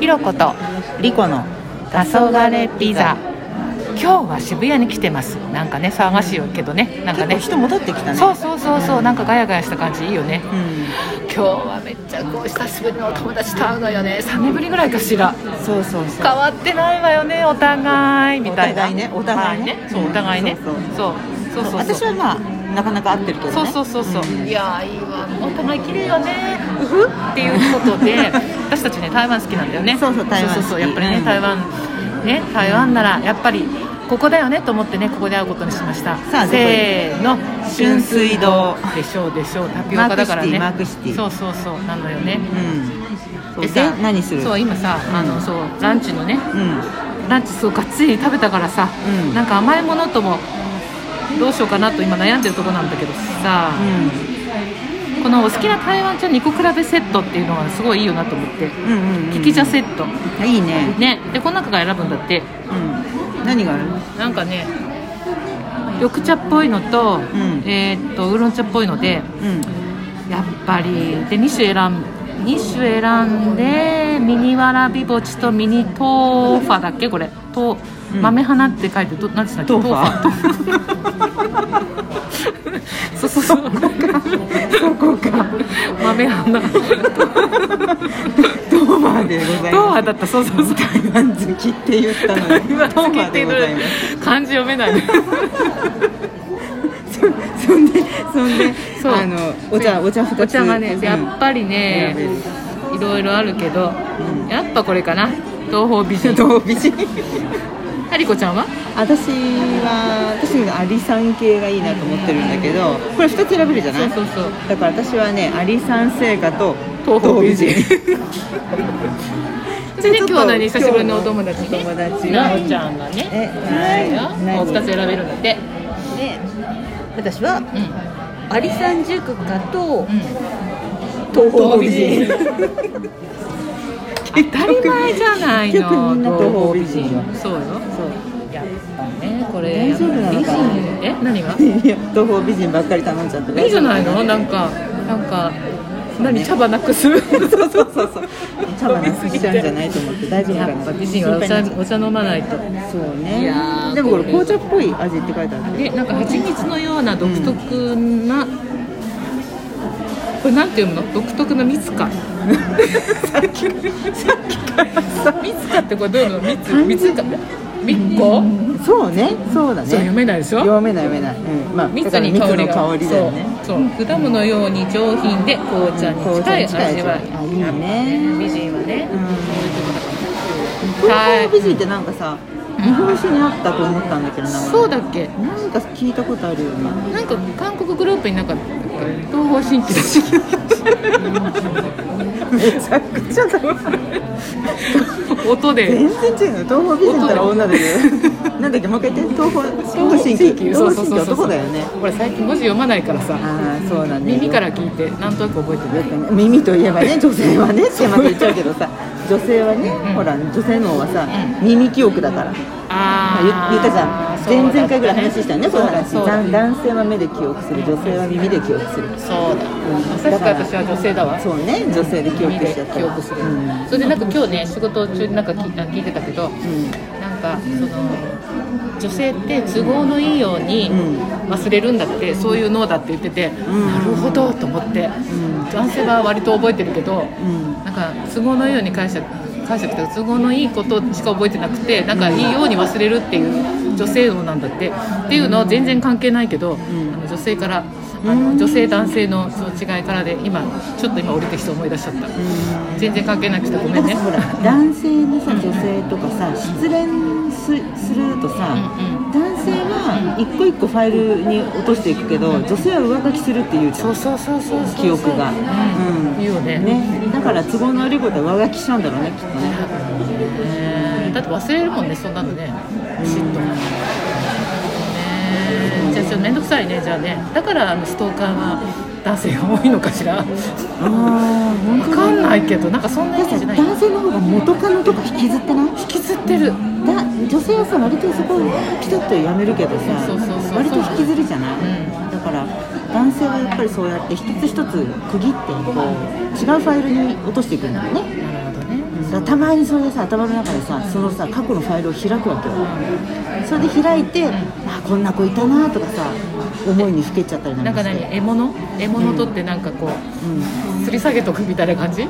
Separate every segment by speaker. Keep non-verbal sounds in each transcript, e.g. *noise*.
Speaker 1: ひろこと
Speaker 2: リコの
Speaker 1: 黄昏ピザ今日は渋谷に来てますなんかね騒がしいよけどねなんかね
Speaker 2: 結構人戻ってきたね
Speaker 1: そうそうそうそうなんかガヤガヤした感じいいよね
Speaker 2: うん
Speaker 1: 今日はめっちゃこう久しぶりのお友達と会うのよね3年ぶりぐらいかしら
Speaker 2: そうそうそう
Speaker 1: 変わってないわよねお互いみたいな
Speaker 2: お互いねお互いね
Speaker 1: はいそうお互いね
Speaker 2: そう
Speaker 1: そうそうそうそう
Speaker 2: 私はまあなかなか合ってるけどね
Speaker 1: そうそうそうそう、
Speaker 2: ん
Speaker 1: いやーいいわお互い綺麗よねうふっていうことで *laughs* 私たちね台湾好きなんだよね
Speaker 2: そうそう台湾好き
Speaker 1: そうそうそうやっぱりね、
Speaker 2: うん
Speaker 1: 台湾ね台湾ならやっぱりここだよねと思ってねここで会うことにしました
Speaker 2: さあどこ
Speaker 1: せーの
Speaker 2: 春水堂
Speaker 1: でしょうでしょうタピオカだからね
Speaker 2: マークシティマ
Speaker 1: そ
Speaker 2: ー
Speaker 1: うそうそうなのよね、
Speaker 2: うんそう
Speaker 1: で
Speaker 2: で
Speaker 1: さ
Speaker 2: 何する
Speaker 1: そう
Speaker 2: う
Speaker 1: 今さあのそうランチのね
Speaker 2: ん
Speaker 1: ランチそうがっつり食べたからさ、
Speaker 2: うん
Speaker 1: なんか甘いものともどうしようかなと今悩んでるとこなんだけどさ、このお好きな台湾茶2個比べセットっていうのはすごいいいよなと思って、
Speaker 2: うんうんうんうん
Speaker 1: 利き茶セット
Speaker 2: いいね
Speaker 1: ねでこの中から選ぶんだって
Speaker 2: うん何がある
Speaker 1: なんかね緑茶っぽいのと、
Speaker 2: ん
Speaker 1: えーっとウーロン茶っぽいので
Speaker 2: うん
Speaker 1: やっぱりで2種選ん2種選んでミニわらびぼちとミニトーファだっけこれと、
Speaker 2: うん
Speaker 1: 豆花って書いてどなんて言うんだっけ
Speaker 2: トーファ
Speaker 1: トーフ
Speaker 2: *laughs*
Speaker 1: ァそうそうそう
Speaker 2: どこか
Speaker 1: 豆花
Speaker 2: トーマーでござい
Speaker 1: トー
Speaker 2: ます
Speaker 1: ファだったそうそうそう
Speaker 2: 台湾好きって言ったのに
Speaker 1: 今
Speaker 2: トー
Speaker 1: 付
Speaker 2: マ
Speaker 1: け
Speaker 2: ー
Speaker 1: て
Speaker 2: で
Speaker 1: る
Speaker 2: ございます
Speaker 1: 漢字読めない
Speaker 2: そそんでそんで
Speaker 1: そう
Speaker 2: あのお茶お茶二つ
Speaker 1: お茶がね
Speaker 2: うん
Speaker 1: やっぱりね
Speaker 2: 選べる
Speaker 1: いろいろあるけど、
Speaker 2: ん
Speaker 1: やっぱこれかな東方美
Speaker 2: *laughs*
Speaker 1: 人
Speaker 2: 同美人
Speaker 1: ハリコちゃんは
Speaker 2: 私は私もアリさん系がいいなと思ってるんだけどこれ2つ選べるじゃな
Speaker 1: そ
Speaker 2: いう
Speaker 1: そうそう
Speaker 2: だから私はねアリさん製菓と
Speaker 1: 東方美人 *laughs* それで今日の
Speaker 2: ちょっと
Speaker 1: 久しぶりのお友達ね
Speaker 2: お友達
Speaker 1: なおちゃんがね
Speaker 2: え
Speaker 1: お二つ選べるんだって
Speaker 3: で私は
Speaker 1: うん
Speaker 3: アリさん塾かと
Speaker 1: うん
Speaker 2: 東方美人
Speaker 1: 当たり前じゃない
Speaker 2: 結局
Speaker 1: の
Speaker 2: みんな東方美人よ
Speaker 1: そうよ
Speaker 2: そう
Speaker 1: やっぱねこれ
Speaker 2: 大丈夫なのか
Speaker 1: 美人
Speaker 2: な
Speaker 1: え何が
Speaker 2: いや東方美人ばっかり頼んじゃって
Speaker 1: いいじゃないのなんかなんか何茶葉なくす
Speaker 2: そうそうそうそう茶葉なくしちゃうんじゃないと思って大丈夫かな
Speaker 1: やっぱ美人はお茶お茶飲まないと
Speaker 2: そう
Speaker 1: い
Speaker 2: ね
Speaker 1: やー
Speaker 2: でもこれ紅茶っぽい味って書いてある
Speaker 1: でなんか蜂蜜のような独特な、これなんて読むの独特な蜜かさっき蜜かってこれどういうの蜜蜜か蜜子、
Speaker 2: そうねそうだ
Speaker 1: そう読
Speaker 2: ね
Speaker 1: めないでしょ
Speaker 2: 読めない読めない、うんまあ、
Speaker 1: 蜜
Speaker 2: だから
Speaker 1: に香り
Speaker 2: 蜜
Speaker 1: が
Speaker 2: の香りだよね
Speaker 1: そうそう果物のように上品で紅茶に近い味わい、
Speaker 2: うん紅茶に近い味わいあいいね
Speaker 1: 美人はね、
Speaker 2: うん
Speaker 1: そういうとこだから
Speaker 2: 東方美人ってなんかさ、日本酒にあったと思ったんだけどな
Speaker 1: そうだっけ
Speaker 2: なんか聞いたことあるよね
Speaker 1: なんか韓国グループになんか東方神起だし
Speaker 2: めちゃくちゃだ
Speaker 1: 音で
Speaker 2: 全然違うの東方美人ったら女だけどなんだっけもう一回言って東方東方神起東
Speaker 1: そう
Speaker 2: 方
Speaker 1: そうそ
Speaker 2: 神起
Speaker 1: うそう
Speaker 2: 男だよね
Speaker 1: ほら最近文字読まないからさ
Speaker 2: ああそうなんだよ
Speaker 1: 耳から聞いてなんとなく覚えてる
Speaker 2: 耳といえばね女性はねってまた言っちゃうけどさ女性はね、
Speaker 1: ん
Speaker 2: ほら女性の方はさ、耳記憶だから
Speaker 1: あ
Speaker 2: 言言ったじゃん前々回ぐらい話したよねその話
Speaker 1: そうだ
Speaker 2: 男男性は目で記憶する女性は耳で記憶する
Speaker 1: そうだまさし
Speaker 2: だ
Speaker 1: く
Speaker 2: から
Speaker 1: 私は女性だわ
Speaker 2: そうね女性で記憶
Speaker 1: 耳
Speaker 2: し
Speaker 1: で
Speaker 2: ちゃった
Speaker 1: 記憶する
Speaker 2: うん
Speaker 1: それでなんか今日ね仕事中になんか聞いあ聞いてたけどなんかその女性って都合のいいように
Speaker 2: うん
Speaker 1: 忘れるんだってそういう脳だって言ってて
Speaker 2: ん
Speaker 1: なるほどと思って
Speaker 2: ん
Speaker 1: 男性は割と覚えてるけど
Speaker 2: うん
Speaker 1: なんか都合のいいように解釈解釈というか都合のいいことしか覚えてなくてなんかいいように忘れるっていう女性像なんだってっていうのは全然関係ないけど、あの女性からあの女性男性のその違いからで今ちょっと今降りてきて思い出しちゃった全然関係なくてごめんね
Speaker 2: ほら男性にさ女性とかさ失恋すするとさ、
Speaker 1: うん
Speaker 2: 男性は一個一個ファイルに落としていくけど女性は上書きするっていうじゃん
Speaker 1: うそうそうそうそう
Speaker 2: 記憶が、
Speaker 1: うん言うよね
Speaker 2: ねだから都合の悪いことは上書きしちゃうんだろうねきっとね
Speaker 1: ねだって忘れるもんねそんなのねピシッとねじゃあちょっと面倒くさいねじゃあねだからあのストーカーは男性が多いのかしら
Speaker 2: ああ
Speaker 1: わかんないけどなんかそんなイメージない
Speaker 2: 男性の方が元カノとか引きずってない
Speaker 1: 引きずってるうん
Speaker 2: だ女性はさ割とそこピタッとやめるけどさ
Speaker 1: そうそうそうそう
Speaker 2: 割と引きずるじゃない、
Speaker 1: う
Speaker 2: だから男性はやっぱりそうやって一つ一つ区切ってこう違うファイルに落としていくんだよね
Speaker 1: なるほどね、
Speaker 2: んだからたまにそれでさ頭の中でさそのさ過去のファイルを開くわけよそれで開いてあこんな子いたなとかさ思いにふけちゃったりな
Speaker 1: なんん
Speaker 2: か
Speaker 1: か
Speaker 2: して
Speaker 1: 何獲物獲物取ってなんかこう、
Speaker 2: うん
Speaker 1: 吊り下げとくみたいな感じ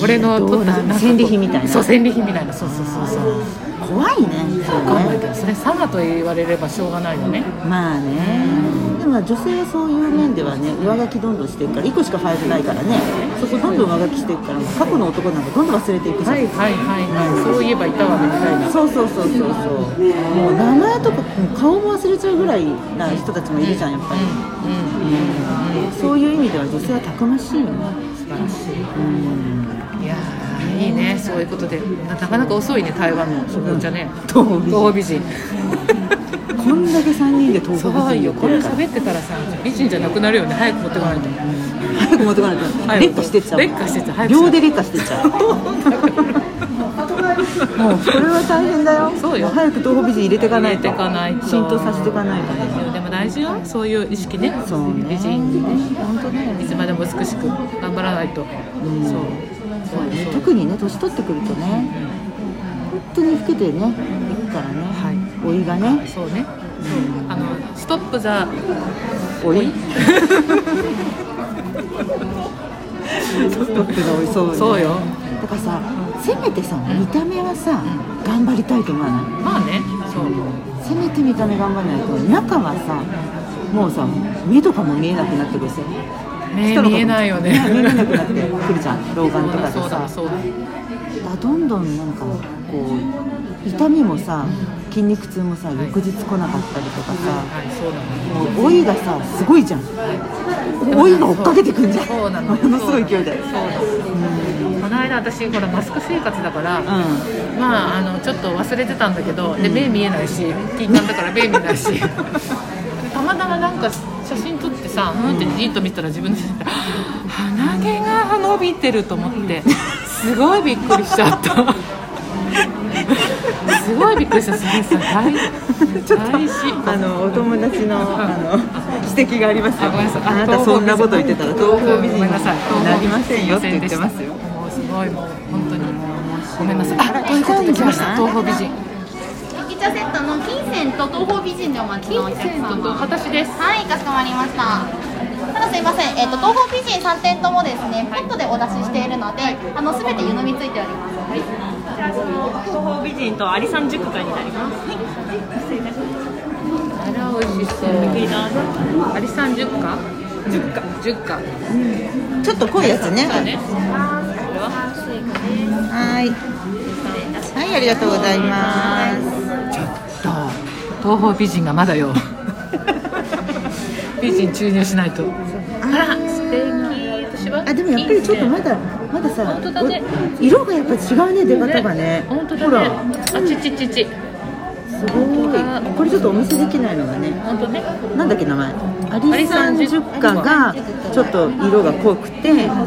Speaker 1: 俺の取った
Speaker 2: どうなん
Speaker 1: なんかこう
Speaker 2: 戦利品みたいな
Speaker 1: そう戦利品みたいなそうそうそうそう
Speaker 2: 怖いねそう
Speaker 1: 分かんない
Speaker 2: ね
Speaker 1: けどそれ佐賀と言われればしょうがないよね
Speaker 2: まあねでもまあ女性はそういう面ではね上書きどんどんしていくから1個しかファイルないからねそこどんどん上書きしていくから過去の男なんかどんどん忘れていくじゃん、
Speaker 1: はいはいはいはいそういえばいたわみたいな
Speaker 2: そうそうそうそうそうもう名前とかもう顔も忘れちゃうぐらいな人たちもいるじゃんやっぱり、そういう意味では女性はたくましいよね
Speaker 1: 素晴らし
Speaker 2: うん
Speaker 1: いいやーいいねそういうことでななかなか遅いね台湾のお茶ね
Speaker 2: 東方美人
Speaker 1: 東方美人
Speaker 2: こんだけ3人で東
Speaker 1: そ
Speaker 2: 方
Speaker 1: う
Speaker 2: 美人
Speaker 1: よ
Speaker 2: に
Speaker 1: こ
Speaker 2: 行
Speaker 1: れ
Speaker 2: ってるか
Speaker 1: 喋ってたら
Speaker 2: ら
Speaker 1: さ美人じゃなくなるよね早く持ってこないと
Speaker 2: 早く持ってこないと
Speaker 1: 早く
Speaker 2: 劣化してっちゃう
Speaker 1: 劣化してっちゃう早く
Speaker 2: 秒で劣化してっちゃうもうこれは大変だよ
Speaker 1: そうよ
Speaker 2: も早く東方美人入れていかないと
Speaker 1: 入れてかないと
Speaker 2: 浸透させていかないとね
Speaker 1: でも大事よそういう意識ね
Speaker 2: そうね
Speaker 1: 美人
Speaker 2: 本当だよ
Speaker 1: いつまでも美しく頑張らないと、
Speaker 2: ん
Speaker 1: そう
Speaker 2: そうね、特にね年取ってくるとね本当に老けてねいくからね、
Speaker 1: は
Speaker 2: 老いがね
Speaker 1: そうねそうあのストップザ
Speaker 2: 老いストップが老いそうね
Speaker 1: そうよ
Speaker 2: だからさせめてさ見た目はさ頑張りたいと思わない
Speaker 1: まあねそう
Speaker 2: せめて見た目頑張らないと中はさもうさ目とかも見えなくなってくるし
Speaker 1: 目見えないよね
Speaker 2: 見えなくなってくるじゃん老眼とかで
Speaker 1: そうだ
Speaker 2: さ
Speaker 1: そうだそう
Speaker 2: だどんどんなんかこう痛みもさ筋肉痛もさ翌日来なかったりとか
Speaker 1: だ
Speaker 2: さ
Speaker 1: はいそうなの
Speaker 2: もう老いがさすごいじゃん老いが追っかけてくんじゃん
Speaker 1: そうなの
Speaker 2: ものすごい勢いで
Speaker 1: そうなのこの間私ほらマスク生活だから、
Speaker 2: う
Speaker 1: まああのちょっと忘れてたんだけどで目見えないし金眼だから目見えないし *laughs* でたまたまなんか写真撮ってさうんってじーっと見たら自分で鼻毛が伸びてると思ってすごいびっくりしちゃったすごいびっくりしたそれさ大
Speaker 2: ちょっと
Speaker 1: 大事
Speaker 2: あのお友達のあの指摘がありますよ
Speaker 1: あごめんなさい
Speaker 2: あなたそんなこと言ってたら東方美人
Speaker 1: ごめんなさい
Speaker 2: になりませんよって言ってますよ
Speaker 1: もうすごいもう本当にごめんなさいあということで来ました東方美人
Speaker 4: 麦茶セットの金銭と東方美人でお待ちのお客
Speaker 1: 金
Speaker 4: 様
Speaker 1: 銭とはたしです
Speaker 4: はいかしこまりましたただすいません、えっと東方美人3点ともですねポットでお出ししているので、あの全て湯飲みついております
Speaker 5: 東方美人とアリさん塾会になります。
Speaker 1: あら美味しそうアリさん10か10か10か
Speaker 2: ちょっと濃いやつね
Speaker 1: だね
Speaker 2: はいはいありがとうございます
Speaker 1: 東方美人がまだよ美人注入しないとあら素敵私は
Speaker 2: あでもやっぱりちょっとまだまださ
Speaker 1: 本当だね
Speaker 2: お色がやっぱ違うね出方がね
Speaker 1: 本当
Speaker 2: ほ
Speaker 1: だね
Speaker 2: ら
Speaker 1: あちちちち
Speaker 2: すごいこれちょっとお見せできないのがね
Speaker 1: 本当ね
Speaker 2: なんだっけ名前アリサン十花がちょっと色が濃くてア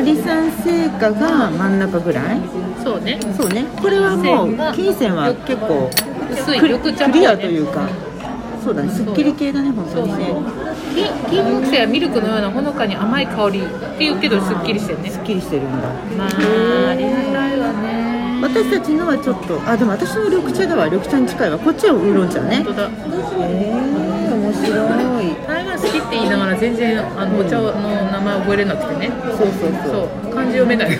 Speaker 2: リサン聖花が真ん中ぐらい
Speaker 1: そうね
Speaker 2: そうねこれはもう金銭は結構
Speaker 1: 薄い
Speaker 2: クリ
Speaker 1: 緑茶っ
Speaker 2: ク
Speaker 1: ぽい
Speaker 2: リ
Speaker 1: ね
Speaker 2: アというかそうだねすっきり系だね本当にね
Speaker 1: 金金木犀はミルクのようなほのかに甘い香りっていうけどすっきりしてるね
Speaker 2: すっきりしてるんだ
Speaker 1: まあありがたいわね
Speaker 2: 私たちのはちょっとあでも私の緑茶だわ緑茶に近いわこっちはウーロン茶ね
Speaker 1: 本当だ
Speaker 2: えー、面白い
Speaker 1: 台湾好きって言いながら全然あのお茶の名前覚えれなくてね
Speaker 2: そうそうそう
Speaker 1: そう漢字読めない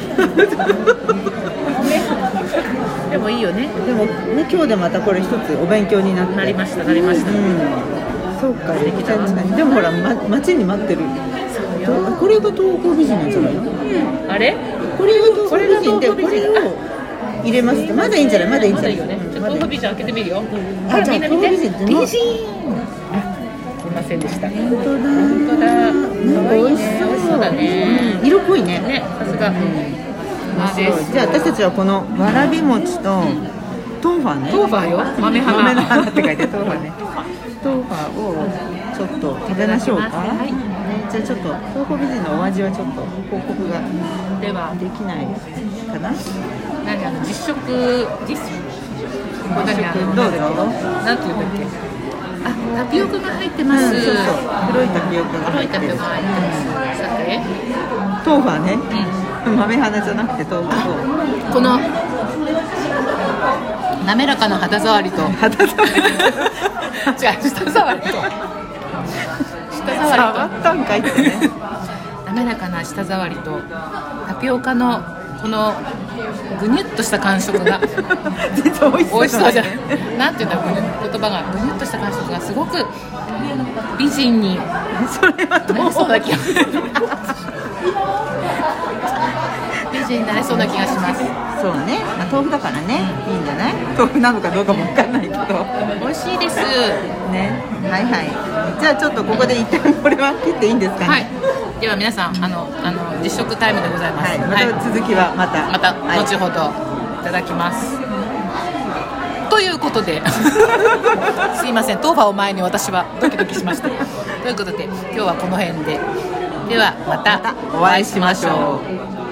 Speaker 1: でもいいよね
Speaker 2: でもね今日でまたこれ一つお勉強になって
Speaker 1: なりましたなりました、
Speaker 2: うんそうか緑茶に近いでもほら、ま、待ちに待ってる
Speaker 1: そう
Speaker 2: と
Speaker 1: よ
Speaker 2: これが東方美人なんじゃないの
Speaker 1: あれ
Speaker 2: これが東方美人で
Speaker 1: これが東方美人
Speaker 2: これを入れますまだいいんじゃないまだいいん
Speaker 1: ま
Speaker 2: じゃ
Speaker 1: だ
Speaker 2: な
Speaker 1: いよ
Speaker 2: いい
Speaker 1: ねちょっ
Speaker 2: ま
Speaker 1: と
Speaker 2: だい
Speaker 1: 東方美
Speaker 2: い
Speaker 1: 人開けてみるよほ
Speaker 2: あ
Speaker 1: ら
Speaker 2: じゃあ
Speaker 1: みんな見て
Speaker 2: 東方美人って
Speaker 1: 美人すいませんでしたね
Speaker 2: 本
Speaker 1: 当
Speaker 2: 当だ
Speaker 1: だ
Speaker 2: なんか美味しそう
Speaker 1: 美味しそうだね
Speaker 2: うん色濃いね
Speaker 1: さすがあ
Speaker 2: 面白いじゃあ私たちはこのわらび餅とトーファーね
Speaker 1: トーファーよ豆花
Speaker 2: 豆の花って書いてトーファーねトーファーをちょっと食べましょうか
Speaker 1: いただきます
Speaker 2: じゃあちょっと東方美人のお味はちょっと報告が
Speaker 1: では
Speaker 2: できないかな
Speaker 1: 何あの実食実食これ何あの
Speaker 2: どうぞ
Speaker 1: なんていうんだっけあタピオカが入ってま
Speaker 2: う
Speaker 1: す、
Speaker 2: んそうそう黒いタピオカが
Speaker 1: 黒い
Speaker 2: 入っ
Speaker 1: タ
Speaker 2: て
Speaker 1: ピ
Speaker 2: る
Speaker 1: オカが入ってますさて
Speaker 2: トーファーね
Speaker 1: う
Speaker 2: 豆花じゃなくて豆腐と
Speaker 1: この滑らかな肌触りと
Speaker 2: *laughs* 肌触り
Speaker 1: 違う舌触りと舌
Speaker 2: 触
Speaker 1: 触り
Speaker 2: ったんかいってね
Speaker 1: と滑らかな舌触りとタピオカのこのぐにゅっとした感触
Speaker 2: *laughs*
Speaker 1: が
Speaker 2: *laughs* 全然美味
Speaker 1: 美味し
Speaker 2: しそ
Speaker 1: そう
Speaker 2: う
Speaker 1: じ
Speaker 2: じ
Speaker 1: ゃ
Speaker 2: ゃ
Speaker 1: な
Speaker 2: ないい
Speaker 1: なんて言うんだろうぐにゅ言葉がぐにゅっとした感触がすごく美人に
Speaker 2: *laughs* それはど
Speaker 1: な
Speaker 2: う
Speaker 1: りそうな気が美人になれそうな気がします
Speaker 2: そうね、まあ、豆腐だからねいいんじゃない豆腐なのかどうかもわかんないけど
Speaker 1: 美味しいです
Speaker 2: ねはいはいじゃあちょっとここで一旦これは切っていいんですかね
Speaker 1: はいでは皆さんあのあの実食タイムでございます、
Speaker 2: はいまた続きはまた、
Speaker 1: また
Speaker 2: はい
Speaker 1: 後ほどいただきます、ということ
Speaker 2: *laughs*
Speaker 1: ですいません豆腐を前に私はドキドキしましたということで今日はこの辺でではまた
Speaker 2: お会いしましょう
Speaker 1: う